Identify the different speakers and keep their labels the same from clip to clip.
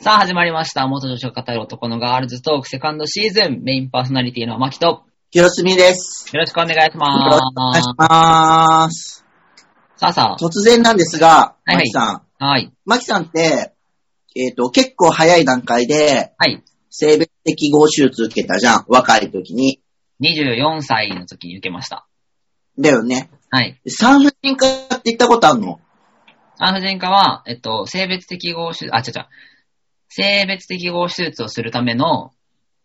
Speaker 1: さあ、始まりました。元女子を語る男のガールズトークセカンドシーズン、メインパーソナリティのマキと、よ
Speaker 2: 清澄です。
Speaker 1: ろしくお願いし
Speaker 2: よろしくお
Speaker 1: ま
Speaker 2: 願
Speaker 1: す
Speaker 2: いし。ます。
Speaker 1: さあさ
Speaker 2: 突然なんですが、
Speaker 1: はいはい
Speaker 2: マキさん。
Speaker 1: あ、はい、
Speaker 2: マキさんって、えっ、と、結構早い段階で、
Speaker 1: はい。
Speaker 2: 性別適合手術受けたじゃん。若い時に。
Speaker 1: 24歳の時に受けました。
Speaker 2: だよね。
Speaker 1: はい。
Speaker 2: 産婦人科って行ったことあるの
Speaker 1: 産婦人科は、えっと、性別適合手術、あ、違う違う。性別適合手術をするための、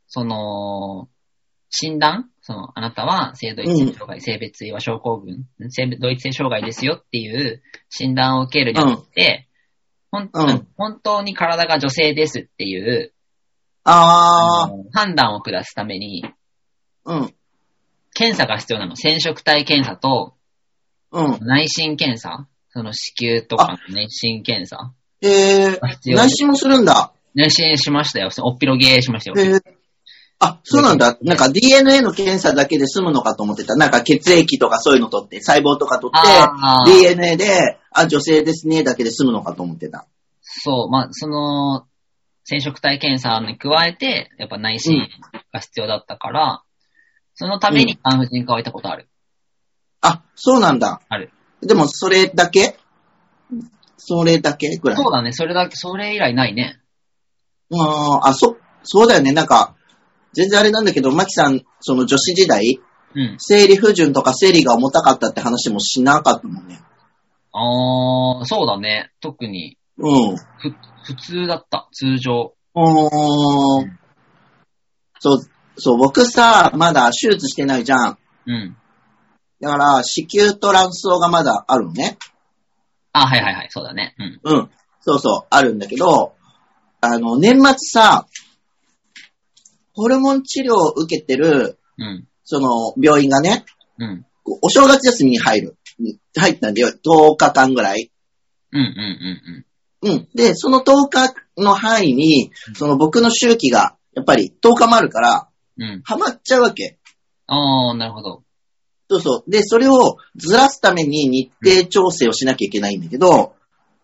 Speaker 1: その、診断その、あなたは性同一性障害、性別違和症候群、ん性別同一性障害ですよっていう診断を受けるにあたって、本当
Speaker 2: うん
Speaker 1: 本当に体が女性ですっていう、あ
Speaker 2: あー、
Speaker 1: の判断を下すために、
Speaker 2: うん、
Speaker 1: 検査が必要なの。染色体検査と
Speaker 2: うん。
Speaker 1: 内診検査その子宮とかの内診検査
Speaker 2: え
Speaker 1: 必
Speaker 2: ー、
Speaker 1: 要
Speaker 2: 内視もするんだ。
Speaker 1: 内診しましたよ。おっぴろげーしました
Speaker 2: え
Speaker 1: よ。
Speaker 2: ーあ、そうなんだ。なんか DNA の検査だけで済むのかと思ってた。なんか血液とかそういうの取って、細胞とか取
Speaker 1: あ
Speaker 2: っ
Speaker 1: ー
Speaker 2: て、DNA で、あ、女性ですね、だけで済むのかと思ってた。
Speaker 1: そう、まあ、その、染色体検査に加えて、やっぱ内診が必要だったから、そのために産婦人科を行ったことある。
Speaker 2: あ、そうなんだ。
Speaker 1: ある。
Speaker 2: でも、それだけそれだけぐらい。
Speaker 1: そうだね。それだけ、それ以来ないね。
Speaker 2: うーんあ、そ、そうだよね。なんか、全然あれなんだけど、マキさん、その女子時代、
Speaker 1: うん。
Speaker 2: 生理不順とか生理が重たかったって話もしなかったもんね。
Speaker 1: あー、そうだね。特に、
Speaker 2: うん。
Speaker 1: ふ、普通だった。通常。
Speaker 2: うーん。そう、そう、僕さ、まだ手術してないじゃん。
Speaker 1: うん。
Speaker 2: だから、子宮と卵巣がまだあるのね。
Speaker 1: あ、はいはいはい。そうだね。うん。
Speaker 2: うん。そうそう、あるんだけど、あの、年末さ、ホルモン治療を受けてる
Speaker 1: うん。
Speaker 2: その、病院がね、
Speaker 1: うん。
Speaker 2: こうお正月休みに入る。に入ったんだよ。10日間ぐらい。
Speaker 1: うんうんうん
Speaker 2: うん。で、その10日の範囲に、その僕の周期が、やっぱり10日もあるから、
Speaker 1: うん。うん。
Speaker 2: ハマっちゃうわけ。
Speaker 1: あー、なるほど。
Speaker 2: そうそう。で、それをずらすために日程調整をしなきゃいけないんだけど、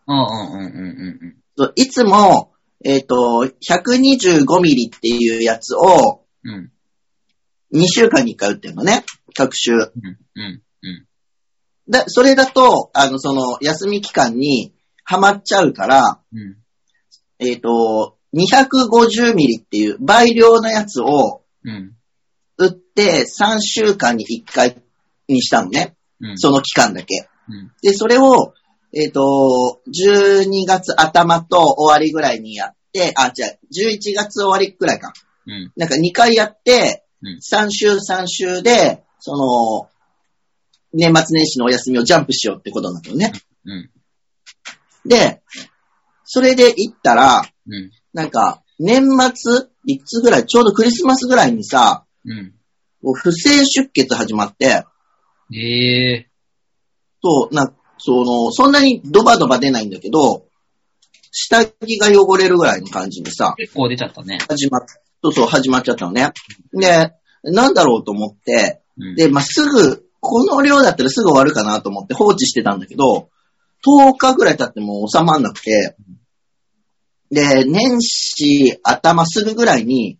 Speaker 1: うんうんうんうんうんうん。
Speaker 2: そういつも、えっ、と、125ミリっていうやつを
Speaker 1: うん。
Speaker 2: 2週間に1回打ってるのね。各週。
Speaker 1: うん。うん。うん。
Speaker 2: だ、それだと、あの、その、休み期間にハマっちゃうから、
Speaker 1: うん。
Speaker 2: えっ、と、250ミリっていう倍量のやつを
Speaker 1: うん。
Speaker 2: 打って3週間に1回にしたのね。
Speaker 1: うん。
Speaker 2: その期間だけ。
Speaker 1: うん。
Speaker 2: で、それを、えっ、と、12月頭と終わりぐらいにやって、あ、じゃあ、11月終わりぐらいか。
Speaker 1: うん。
Speaker 2: なんか2回やって
Speaker 1: うん、
Speaker 2: 3週3週で、その、年末年始のお休みをジャンプしようってことなのね。
Speaker 1: うん。
Speaker 2: で、それで行ったら、
Speaker 1: うん。
Speaker 2: なんか、年末、いつぐらい、ちょうどクリスマスぐらいにさ、
Speaker 1: うん。
Speaker 2: こう不正出血始まって、
Speaker 1: ええ
Speaker 2: そう、な、その、そんなにドバドバ出ないんだけど、下着が汚れるぐらいの感じでさ、
Speaker 1: 結構出ちゃったね。
Speaker 2: 始まっ、そうそう、始まっちゃったのね。で、なんだろうと思って、
Speaker 1: うん。
Speaker 2: で、まあ、すぐ、この量だったらすぐ終わるかなと思って放置してたんだけど、10日ぐらい経っても収まんなくて、で、年始頭すぐぐらいに、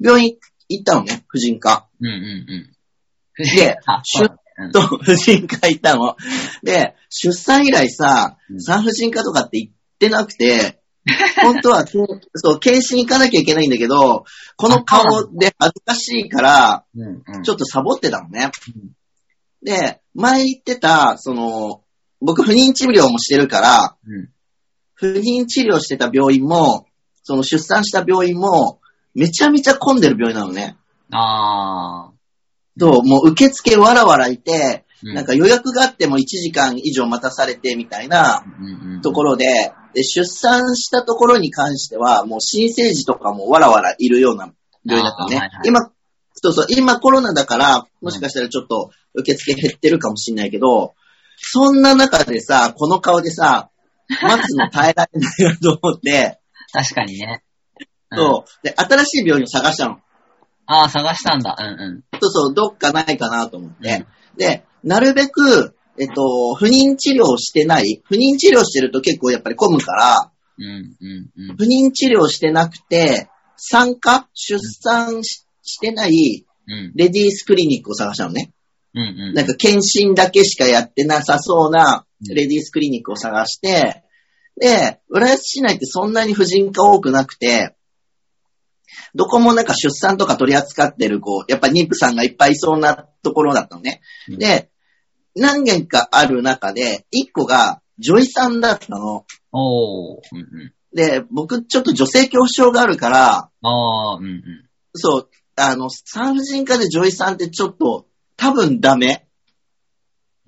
Speaker 2: 病院行ったのね、婦人科。
Speaker 1: うんうんうん。
Speaker 2: で
Speaker 1: あ、そうだねうん
Speaker 2: と、婦人科行ったの。で、出産以来さ
Speaker 1: う、ん
Speaker 2: 産婦人科とかって行ってなくて、本当は、そう、検診行かなきゃいけないんだけど、この顔で恥ずかしいから、
Speaker 1: うんうん。
Speaker 2: ちょ
Speaker 1: っ
Speaker 2: っとサボってたのね
Speaker 1: うん。
Speaker 2: で、前言ってた、その、僕不妊治療もしてるから、
Speaker 1: うん。
Speaker 2: 不妊治療してた病院も、その出産した病院も、めちゃめちゃ混んでる病院なのね。
Speaker 1: あー。
Speaker 2: そう、もう受付わらわらいて、
Speaker 1: う
Speaker 2: なん、か予約があっても1時間以上待たされてみたいな
Speaker 1: うんうん。
Speaker 2: ところで、で出産したところに関しては、もう新生児とかもわらわらいるような病院だったのね。
Speaker 1: あーはいはい
Speaker 2: 今、そうそう、今コロナだから、もしかしたらちょっと受付減ってるかもしれないけど、そんな中でさ、この顔でさ、待つの耐えられないなと思って、
Speaker 1: 確かにね。 うん
Speaker 2: そう、で、新しい病院を探したの。
Speaker 1: あー、探したんだ。うん
Speaker 2: そうそう、どっかないかなと思って。
Speaker 1: う
Speaker 2: で、なるべく、えっと、不妊治療してない。不妊治療してると結構やっぱり混むから、
Speaker 1: うん、うん、うん。
Speaker 2: 不妊治療してなくて、産科、出産ししてない
Speaker 1: うん、
Speaker 2: レディースクリニックを探したのね。
Speaker 1: うん、うん。
Speaker 2: なんか検診だけしかやってなさそうなレディースクリニックを探して、で、浦安市内ってそんなに婦人科多くなくて、どこもなんか出産とか取り扱ってる、こう、やっぱ妊婦さんがいっぱいいそうなところだったのね。
Speaker 1: うん
Speaker 2: で、何軒かある中で、一個が女医さんだったの。
Speaker 1: おー、うん、うん。
Speaker 2: で、僕ちょっと女性恐怖症があるから、
Speaker 1: あー、うん、うん。
Speaker 2: そう、あの、産婦人科で女医さんってちょっと多分ダメ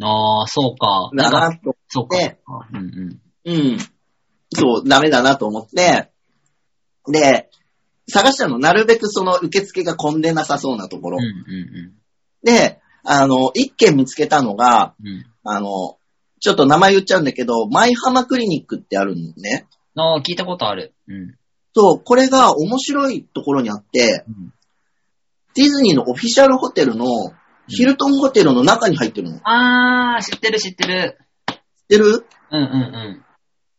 Speaker 1: あー、そうか。
Speaker 2: だ
Speaker 1: んか、
Speaker 2: なと。
Speaker 1: そうか。
Speaker 2: で
Speaker 1: うん、うん。
Speaker 2: うん。そう、ダメだなと思って、で、探したの、なるべくその受付が混んでなさそうなところ
Speaker 1: うん、。う
Speaker 2: で、あの、一件見つけたのが、
Speaker 1: ん、うん。
Speaker 2: あの、ちょっと名前言っちゃうんだけど、舞浜クリニックってあるんね。
Speaker 1: あー、聞いたことある。うん。
Speaker 2: そう、これが面白いところにあって、
Speaker 1: うん
Speaker 2: ディズニーのオフィシャルホテルの、ヒルトンホテルの中に入ってるの。知っ
Speaker 1: あー、知ってる、知ってる。
Speaker 2: てる
Speaker 1: うん、うん、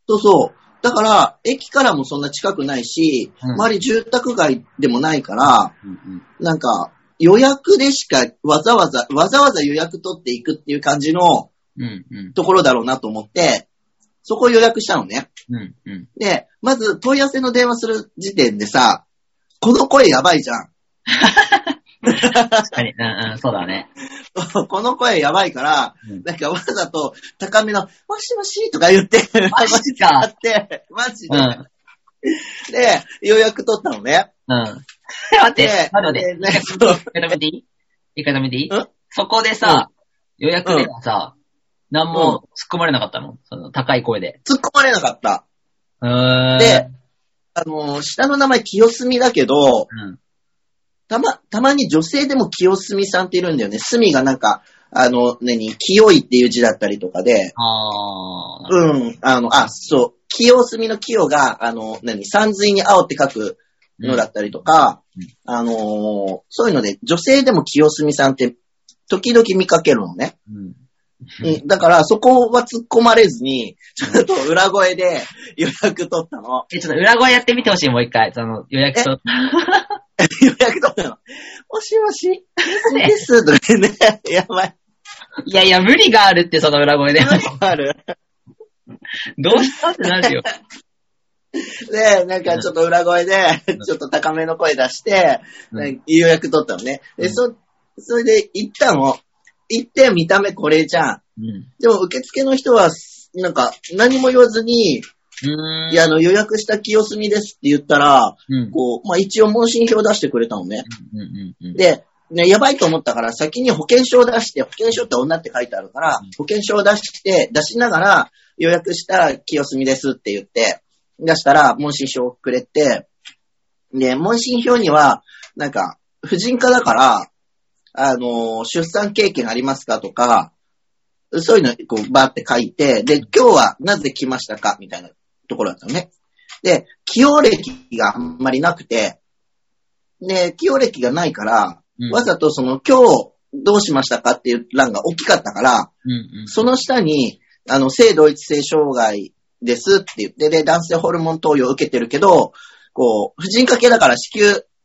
Speaker 2: そうそう。だから、駅からもそんな近くないし、
Speaker 1: うん
Speaker 2: 周り住宅街でもないから、
Speaker 1: うん。うん、うん。
Speaker 2: なんか、予約でしかわざわざ、わざわざ予約取っていくっていう感じの
Speaker 1: うん、うん。
Speaker 2: ところだろうなと思って、そこを予約したのね。
Speaker 1: うん、うん。
Speaker 2: で、まず問い合わせの電話する時点でさ、この声やばいじゃん。
Speaker 1: 確かに、うん、うん、そうだね。
Speaker 2: この声やばいから、
Speaker 1: うん
Speaker 2: なんかわざと高めの、もしもしとか言って、
Speaker 1: マ ジか。
Speaker 2: って、マジ
Speaker 1: う
Speaker 2: で。
Speaker 1: ん、
Speaker 2: で、予約取ったのね。
Speaker 1: うん。待って
Speaker 2: で、
Speaker 1: なので、
Speaker 2: でね
Speaker 1: 一回止めていい一回止めていい
Speaker 2: ん
Speaker 1: そこでさ、予約ではさ、何も突っ込まれなかったのその高い声で。
Speaker 2: 突っ込まれなかった。
Speaker 1: うーん。
Speaker 2: で、あのー下の名前清澄だけど、
Speaker 1: うん。
Speaker 2: たま、たまに女性でも清澄さんっているんだよね。澄がなんか、あの、何、清いっていう字だったりとかで、
Speaker 1: あー。
Speaker 2: うん、あの、あ、そう、清澄の清が、あの、何、三髄に青って書くのだったりとか、
Speaker 1: うん
Speaker 2: あのーそういうので、女性でも清澄さんって、時々見かけるのね。
Speaker 1: うん。
Speaker 2: うん、だから、そこは突っ込まれずに、ちょっと裏声で予約取ったの。
Speaker 1: え、ちょっと裏声やってみてほしい、もう一回。その予約と。
Speaker 2: 予約取ったの。もしもし、そうです、と か言ってね。やばい。
Speaker 1: いやいや、無理があるって、その裏声で。
Speaker 2: ある。
Speaker 1: どうしたってなるよ。
Speaker 2: で、なんかちょっと裏声で、ちょっと高めの声出して、
Speaker 1: うん
Speaker 2: なんか予約取ったのね。
Speaker 1: う
Speaker 2: で、
Speaker 1: ん
Speaker 2: そ、それで行ったの。行って見た目これじゃん。
Speaker 1: うん。
Speaker 2: でも受付の人は、なんか何も言わずに、
Speaker 1: うーん。
Speaker 2: いや、あの予約した清澄ですって言ったら、
Speaker 1: うん。
Speaker 2: こう、まあ一応問診票出してくれたのね。
Speaker 1: うんうんうん。
Speaker 2: で、ね、やばいと思ったから、先に保険証を出して、保険証って女って書いてあるから
Speaker 1: うん、
Speaker 2: 保険証を出して、出しながら、予約した清澄ですって言って、出したら、問診票をくれて、で、問診票には、なんか、婦人科だから、あのー出産経験ありますかとか、そういうの、こう、バーって書いて、で、今日はなぜ来ましたかみたいなところだったのね。で、起用歴があんまりなくて、で、起用歴がないから、
Speaker 1: うん
Speaker 2: わざとその今日どうしましたかっていう欄が大きかったから、
Speaker 1: うんうん。
Speaker 2: その下に、あの、性同一性障害ですって言って、で、男性ホルモン投与を受けてるけど、こう、婦人科系だから子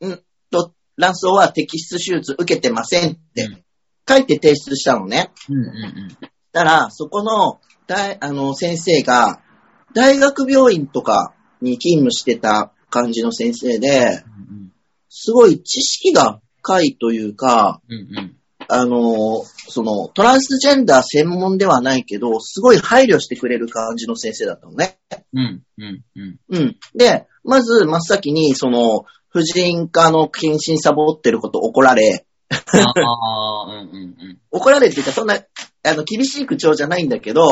Speaker 2: 宮んと卵巣は摘出手術受けてませんっ
Speaker 1: う
Speaker 2: て
Speaker 1: ん
Speaker 2: 書いて提出したのね。
Speaker 1: うんうん
Speaker 2: たら、そこの、大あの、先生が、大学病院とかに勤務してた感じの先生で、
Speaker 1: うん。
Speaker 2: すごい知識が深いというか、
Speaker 1: うんうん。
Speaker 2: あの、その、トランスジェンダー専門ではないけど、すごい配慮してくれる感じの先生だったのね。
Speaker 1: うんうんうん。
Speaker 2: うん。で、まず真っ先に、その、婦人科の謹慎サボってること怒られ、
Speaker 1: ああー、うんうんうん。
Speaker 2: 怒られっていうか、そんな、あの、厳しい口調じゃないんだけど、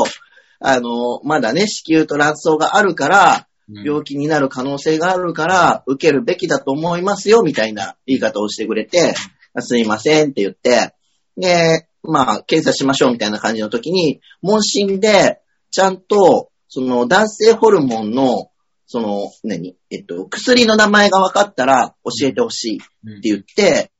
Speaker 2: あの、まだね、子宮と卵巣があるから、
Speaker 1: うん
Speaker 2: 病気になる可能性があるから、受けるべきだと思いますよ、みたいな言い方をしてくれて、あすいませんって言って、で、まあ、検査しましょうみたいな感じの時に、問診で、ちゃんと、その、男性ホルモンの、その、何えっと、薬の名前が分かったら教えてほしいって
Speaker 1: うん
Speaker 2: 言って、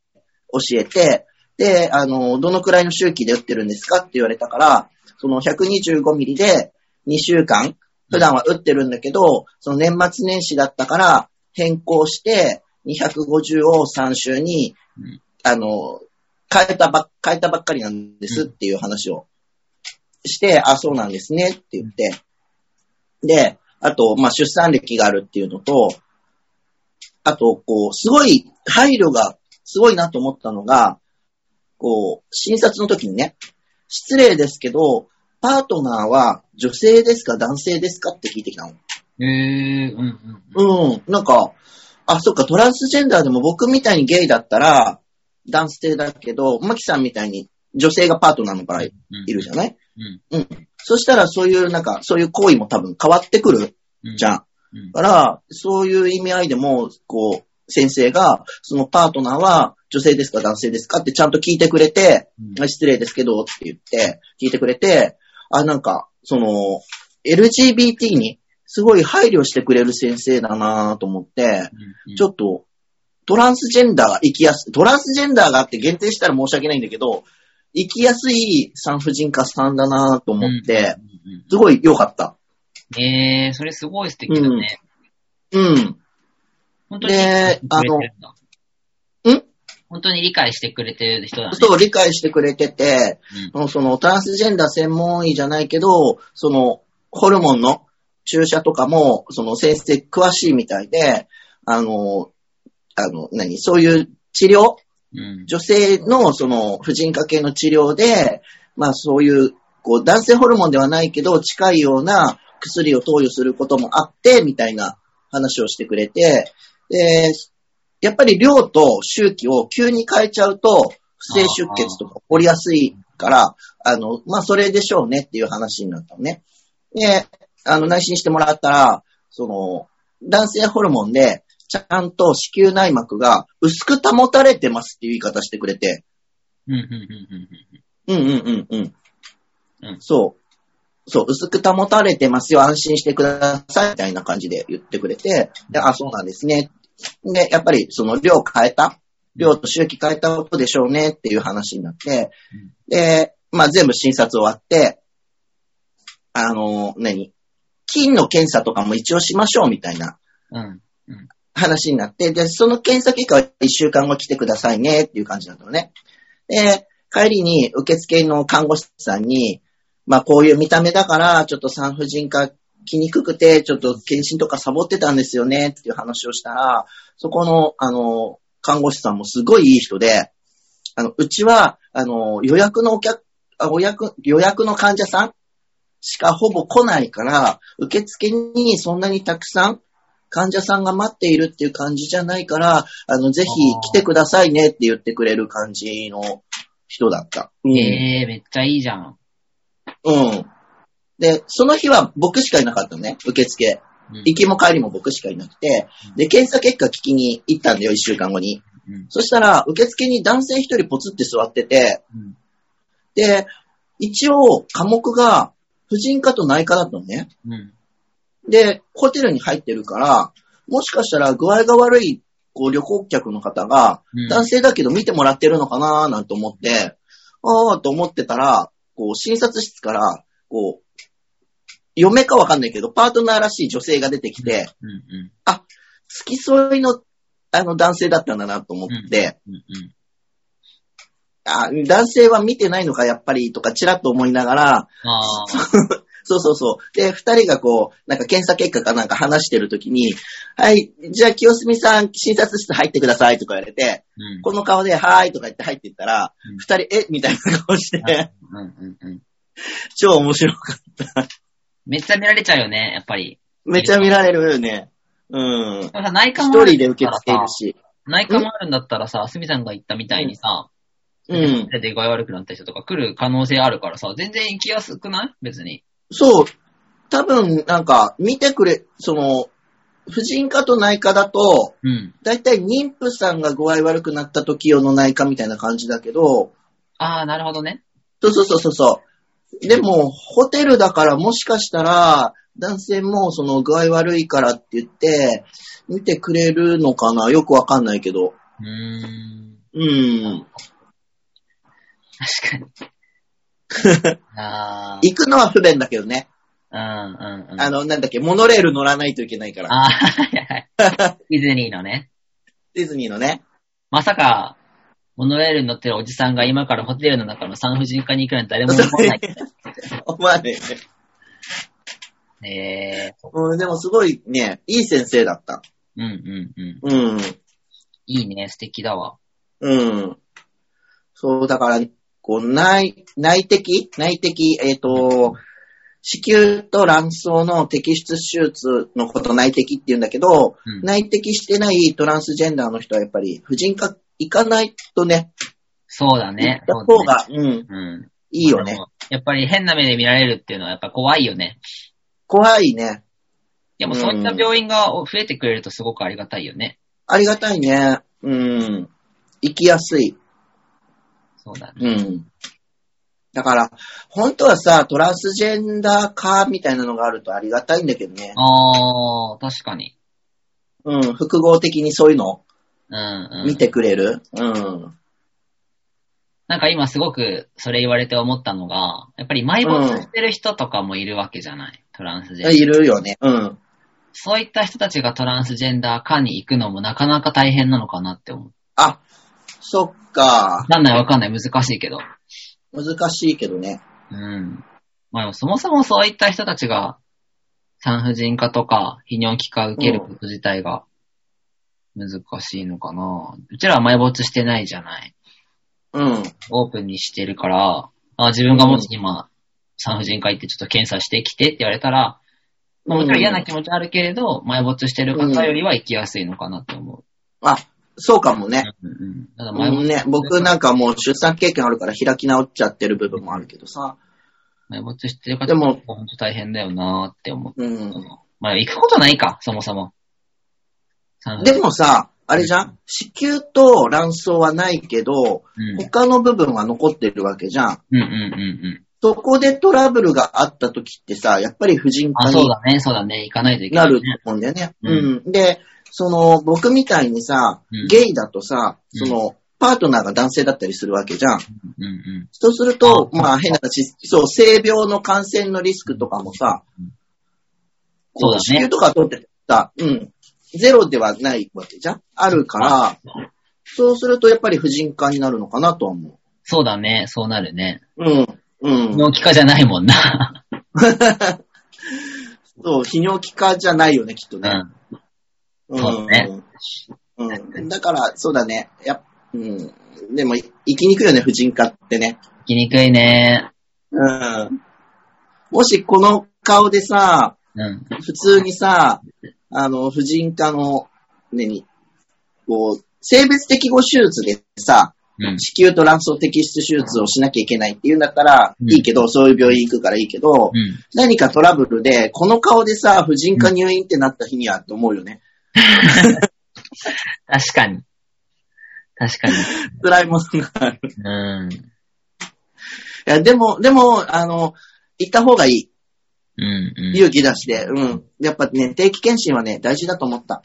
Speaker 2: 教えて、で、あの、どのくらいの周期で打ってるんですかって言われたから、その125ミリで2週間普段は打ってるんだけど、その年末年始だったから変更して、250を3週に
Speaker 1: うん、
Speaker 2: あの、変えたばっ、変えたばっかりなんですっていう話をして、あ、そうなんですねって言って、で、あと、まあ、出産歴があるっていうのと、あと、こう、すごい配慮がすごいなと思ったのが、こう、診察の時にね、失礼ですけど、パートナーは女性ですか男性ですかって聞いてきたの。
Speaker 1: えー、うんうん。
Speaker 2: うん。なんか、あ、そっか、トランスジェンダーでも僕みたいにゲイだったら、男性だけど、マキさんみたいに女性がパートナーの場合い
Speaker 1: うん
Speaker 2: るじゃない
Speaker 1: うん。
Speaker 2: そしたらそういう、なんか、そういう行為も多分変わってくる
Speaker 1: うん。
Speaker 2: じゃん。
Speaker 1: うん。
Speaker 2: だから、そういう意味合いでも、こう、先生が、そのパートナーは女性ですか男性ですかってちゃんと聞いてくれて、
Speaker 1: うん。
Speaker 2: 失礼ですけどって言って、聞いてくれて、あ、なんか、その、LGBT にすごい配慮してくれる先生だなぁと思って、ち
Speaker 1: ょっ
Speaker 2: ょっと、トランスジェンダーが生きやすい、トランスジェンダーがあって限定したら申し訳ないんだけど、生きやすい産婦人科さんだなぁと
Speaker 1: と
Speaker 2: 思って、、すごい良かった。
Speaker 1: えー、それすごい素敵だね。
Speaker 2: うん。
Speaker 1: 本当に
Speaker 2: で、あの、
Speaker 1: の
Speaker 2: ん
Speaker 1: 本当に理解してくれてる人だね。
Speaker 2: そう、理解してくれてて、
Speaker 1: う
Speaker 2: そのトランスジェンダー専門医じゃないけど、そのホルモンの注射とかも、その先生詳しいみたいで、あの、あの、何、そういう治療、
Speaker 1: ん。うん。
Speaker 2: 女性のその婦人科系の治療で、まあそういう、こう男性ホルモンではないけど近いような薬を投与することもあって、みたいな話をしてくれて、で、やっぱり量と周期を急に変えちゃうと、不正出血とか起こりやすいから、あの、まあそれでしょうねっていう話になったのね。で、あの、内診してもらったら、その、男性ホルモンで、ちゃんと子宮内膜が薄く保たれてますっていう言い方してくれて、
Speaker 1: うん、うん、うんうん、
Speaker 2: うんうんうんうん。
Speaker 1: うん
Speaker 2: そう。そう、薄く保たれてますよ、安心してください、みたいな感じで言ってくれて、で、あ、そうなんですね。で、やっぱりその量変えた、量と周期変えたことでしょうねっていう話になって
Speaker 1: うん、
Speaker 2: で、まあ全部診察終わって、あの、何菌の検査とかも一応しましょうみたいな
Speaker 1: うん。うん。
Speaker 2: 話になって、で、その検査結果は1週間後来てくださいねっていう感じなんだよね。で、帰りに受付の看護師さんに、まあこういう見た目だから、ちょっと産婦人科来にくくて、ちょっと検診とかサボってたんですよねっていう話をしたら、そこの、あの、看護師さんもすごいいい人で、あの、うちは、あの、予約のお客、あお約、予約の患者さんしかほぼ来ないから、受付にそんなにたくさん患者さんが待っているっていう感じじゃないから、あの、ぜひ来てくださいねって言ってくれる感じの人だった。うん。
Speaker 1: えー、めっちゃいいじゃん。
Speaker 2: うん。で、その日は僕しかいなかったのね、受付。
Speaker 1: うん
Speaker 2: 行きも帰りも僕しかいなくて、で、検査結果聞きに行ったんだよ、一週間後に。
Speaker 1: うん
Speaker 2: そしたら、受付に男性一人ポツって座ってて、
Speaker 1: うん
Speaker 2: で、一応、科目が、婦人科と内科だったのね。
Speaker 1: うん
Speaker 2: で、ホテルに入ってるから、もしかしたら具合が悪い、こう、旅行客の方が、
Speaker 1: うん
Speaker 2: 男性だけど見てもらってるのかなーなんて思って、ああと思ってたら、こう、診察室から、こう、嫁かわかんないけど、パートナーらしい女性が出てきて、
Speaker 1: うんうん
Speaker 2: 付き添いの、あの男性だったんだなと思って、
Speaker 1: うんうん
Speaker 2: あ男性は見てないのか、やっぱり、とか、ちらっと思いながら、
Speaker 1: あー
Speaker 2: そうそうそう。で、二人がこう、なんか検査結果かなんか話してるときに、はい、じゃあ清澄さん、診察室入ってくださいとか言われて、
Speaker 1: うん
Speaker 2: この顔で、はーいとか言って入っていったら
Speaker 1: うん、
Speaker 2: 二、人、えみたいな顔して、
Speaker 1: うんうんうん
Speaker 2: 超面白かっ
Speaker 1: めっちゃ見られちゃうよね、やっぱり。
Speaker 2: た。めっちゃ見られるよね。うん。
Speaker 1: でもさ内科
Speaker 2: 一
Speaker 1: もあるんだ
Speaker 2: 人で
Speaker 1: った
Speaker 2: 受け
Speaker 1: ら
Speaker 2: 付ける
Speaker 1: さ、
Speaker 2: し。
Speaker 1: 内科もあるんだったらさ、すみさんが言ったみたいにさ、
Speaker 2: うん。
Speaker 1: で具合悪くなった人とか来る可能性あるからさ、全然行きやすくない別に。
Speaker 2: そう。多分、なんか、見てくれ、その、婦人科と内科だと、
Speaker 1: うん。
Speaker 2: だいたい妊婦さんが具合悪くなった時用の内科みたいな感じだけど、
Speaker 1: ああ、なるほどね。
Speaker 2: そうそうそうそうそう。でも、ホテルだからもしかしたら、男性もその具合悪いからって言って、見てくれるのかなよくわかんないけど。
Speaker 1: うーん。
Speaker 2: うん。
Speaker 1: 確かに。ああ。
Speaker 2: 行くのは不便だけどね。
Speaker 1: ううんうんうん。
Speaker 2: あの、なんだっけ、モノレール乗らないといけないから。
Speaker 1: あー、はいはい。デ ィズニーのね。
Speaker 2: ディズニーのね。
Speaker 1: まさか、モノレールに乗ってるおじさんが今からホテルの中の産婦人科に行くなんて誰も思わない。
Speaker 2: まあね。
Speaker 1: えー、
Speaker 2: うん、でもすごいね、いい先生だった。
Speaker 1: うんうんうん。
Speaker 2: うん。
Speaker 1: いいね、素敵だわ。
Speaker 2: うん。そう、だから、こう、内、内的内的、えっ、と、子宮と卵巣の摘出手術のこと内的って言うんだけど、
Speaker 1: うん
Speaker 2: 内的してないトランスジェンダーの人はやっぱり、婦人科行かないとね、
Speaker 1: そうだね。
Speaker 2: 行った方が、う
Speaker 1: そ
Speaker 2: ん、
Speaker 1: うだね。うん。
Speaker 2: いいよね。。
Speaker 1: やっぱり変な目で見られるっていうのはやっぱ怖いよね。
Speaker 2: 怖いね。
Speaker 1: でもそういった病院が増えてくれるとすごくありがたいよね。
Speaker 2: ありがたいね。うん。行きやすい。
Speaker 1: そうだね。
Speaker 2: うん。だから、本当はさ、トランスジェンダー化みたいなのがあるとありがたいんだけどね。
Speaker 1: あー、確かに。
Speaker 2: うん、複合的にそういうのを
Speaker 1: うんうん。
Speaker 2: 見てくれる。うん。
Speaker 1: なんか今すごくそれ言われて思ったのが、やっぱり埋没してる人とかもいるわけじゃない。トランスジェンダー。
Speaker 2: いるよね。うん。
Speaker 1: そういった人たちがトランスジェンダー化に行くのもなかなか大変なのかなって思う。
Speaker 2: あ、そっか。
Speaker 1: なんないわかんない、難しいけど。
Speaker 2: 難しいけどね。
Speaker 1: うん。まあでもそもそもそういった人たちが産婦人科とか泌尿器科受けること自体が難しいのかな。うちらは埋没してないじゃない。
Speaker 2: うん。
Speaker 1: オープンにしてるから、あ自分がもし今産婦人科行ってちょっと検査してきてって言われたら、まあもちろん嫌な気持ちはあるけれど、埋没してる方よりは行きやすいのかなと思う。
Speaker 2: あ、そうかもね。
Speaker 1: うんうん。ただ埋
Speaker 2: う
Speaker 1: 没
Speaker 2: んね、僕なんかもう出産経験あるから開き直っちゃってる部分もあるけどさ。
Speaker 1: 埋没してる方
Speaker 2: でも
Speaker 1: ほんと大変だよなーって思って。
Speaker 2: うん。
Speaker 1: まあ、行くことないか、そもそも。産婦
Speaker 2: でもさ、あれじゃん子宮と卵巣はないけど、
Speaker 1: うん
Speaker 2: 他の部分は残ってるわけじゃん。
Speaker 1: うんうんうんうん。
Speaker 2: そこでトラブルがあった時ってさ、やっぱり婦人科
Speaker 1: あ、そ
Speaker 2: に
Speaker 1: うだね、そうだね。行かないといけな、
Speaker 2: ない
Speaker 1: ね。
Speaker 2: ると思うんだよね。
Speaker 1: う
Speaker 2: うん。で、その、僕みたいにさ
Speaker 1: うん、
Speaker 2: ゲイだとさ、
Speaker 1: うん
Speaker 2: その、パートナーが男性だったりするわけじゃん。
Speaker 1: うんうん。
Speaker 2: そうすると、
Speaker 1: あ
Speaker 2: まあ変な話、そう、性病の感染のリスクとかもさ
Speaker 1: うん、
Speaker 2: こ
Speaker 1: そうだね
Speaker 2: 子宮とか取ってさ、うん。ゼロではないわけじゃんあるから、そうするとやっぱり婦人科になるのかなとは思
Speaker 1: そうだね、そうなるね。
Speaker 2: う。うん。うん。
Speaker 1: 脳器科じゃないもんな。
Speaker 2: そう、泌尿器科じゃないよね、きっと
Speaker 1: う
Speaker 2: ね。
Speaker 1: ん。
Speaker 2: うん
Speaker 1: そうね
Speaker 2: うん。だから、そうだね。やっうん。でも、い行きにくいよね、婦人科ってね。
Speaker 1: 行きにくいね。
Speaker 2: うん。もしこの顔でさ、
Speaker 1: うん。
Speaker 2: 普通にさ、あの、婦人科の、ねに、こう、性別適合手術でさ、
Speaker 1: うん。
Speaker 2: 子宮と卵巣摘出手術をしなきゃいけないって言うんだったら、
Speaker 1: うん
Speaker 2: いいけど、そういう病院行くからいいけど、
Speaker 1: うん。
Speaker 2: 何かトラブルで、この顔でさ、婦人科入院ってなった日にはって思うよね。
Speaker 1: 確かに。確かに。
Speaker 2: 辛いものがある。
Speaker 1: うん。
Speaker 2: いや、でも、でも、あの、行った方がいい。
Speaker 1: うんうん。
Speaker 2: 勇気出して。うん。やっぱね、定期検診はね、大事だと思った。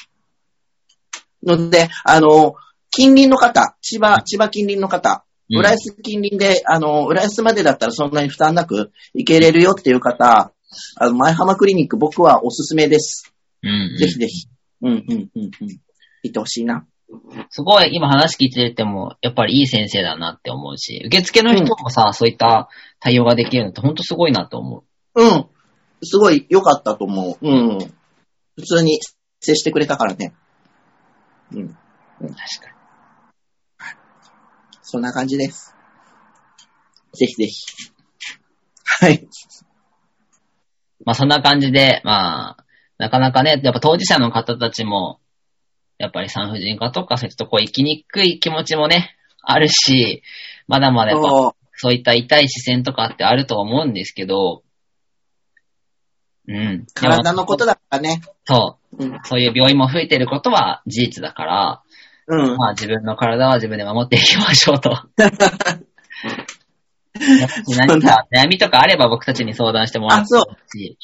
Speaker 2: ので、あの、近隣の方、千葉、千葉近隣の方、
Speaker 1: うん
Speaker 2: 浦安近隣で、あの、浦安までだったらそんなに負担なく行けれるよっていう方、あの、前浜クリニック僕はおすすめです。
Speaker 1: うん
Speaker 2: ぜひぜひ。うん、うん、うん、うん。行ってほしいな。
Speaker 1: うん。すごい、今話聞いてても、やっぱりいい先生だなって思うし、受付の人もさ、そういった対応ができるのってほんとすごいなと思う。
Speaker 2: うん。すごい良かったと思う。うん。普通に接してくれたからね。うん。
Speaker 1: 確かに。
Speaker 2: そんな感じです。ぜひぜひ。はい。
Speaker 1: まあそんな感じで、まあ、なかなかね、やっぱ当事者の方たちも、やっぱり産婦人科とかそういったとこ行きにくい気持ちもね、あるし、まだまだやっぱ
Speaker 2: そ
Speaker 1: そういった痛い視線とかってあると思うんですけど、うん。
Speaker 2: う体のこと
Speaker 1: だ。
Speaker 2: だからね。
Speaker 1: そ
Speaker 2: うん。
Speaker 1: う。そういう病院も増えてることは事実だから、
Speaker 2: うん。
Speaker 1: まあ自分の体は自分で守っていきましょうと。
Speaker 2: そん
Speaker 1: 何か
Speaker 2: な
Speaker 1: 悩みとかあれば僕たちに相談してもら
Speaker 2: あそう
Speaker 1: うし、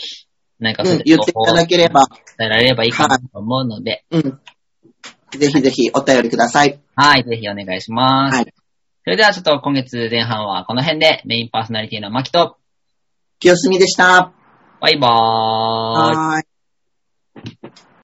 Speaker 1: なんか
Speaker 2: う
Speaker 1: そ
Speaker 2: ん、言っていただければ。
Speaker 1: 伝えられればいいかなと思うので、
Speaker 2: うん。ぜひぜひお便りください。
Speaker 1: はい、ぜひお願いします。
Speaker 2: はい
Speaker 1: それではちょっと今月前半はこの辺でメインパーソナリティの牧と、
Speaker 2: 清澄でした。
Speaker 3: バイバーイ。
Speaker 1: はーい。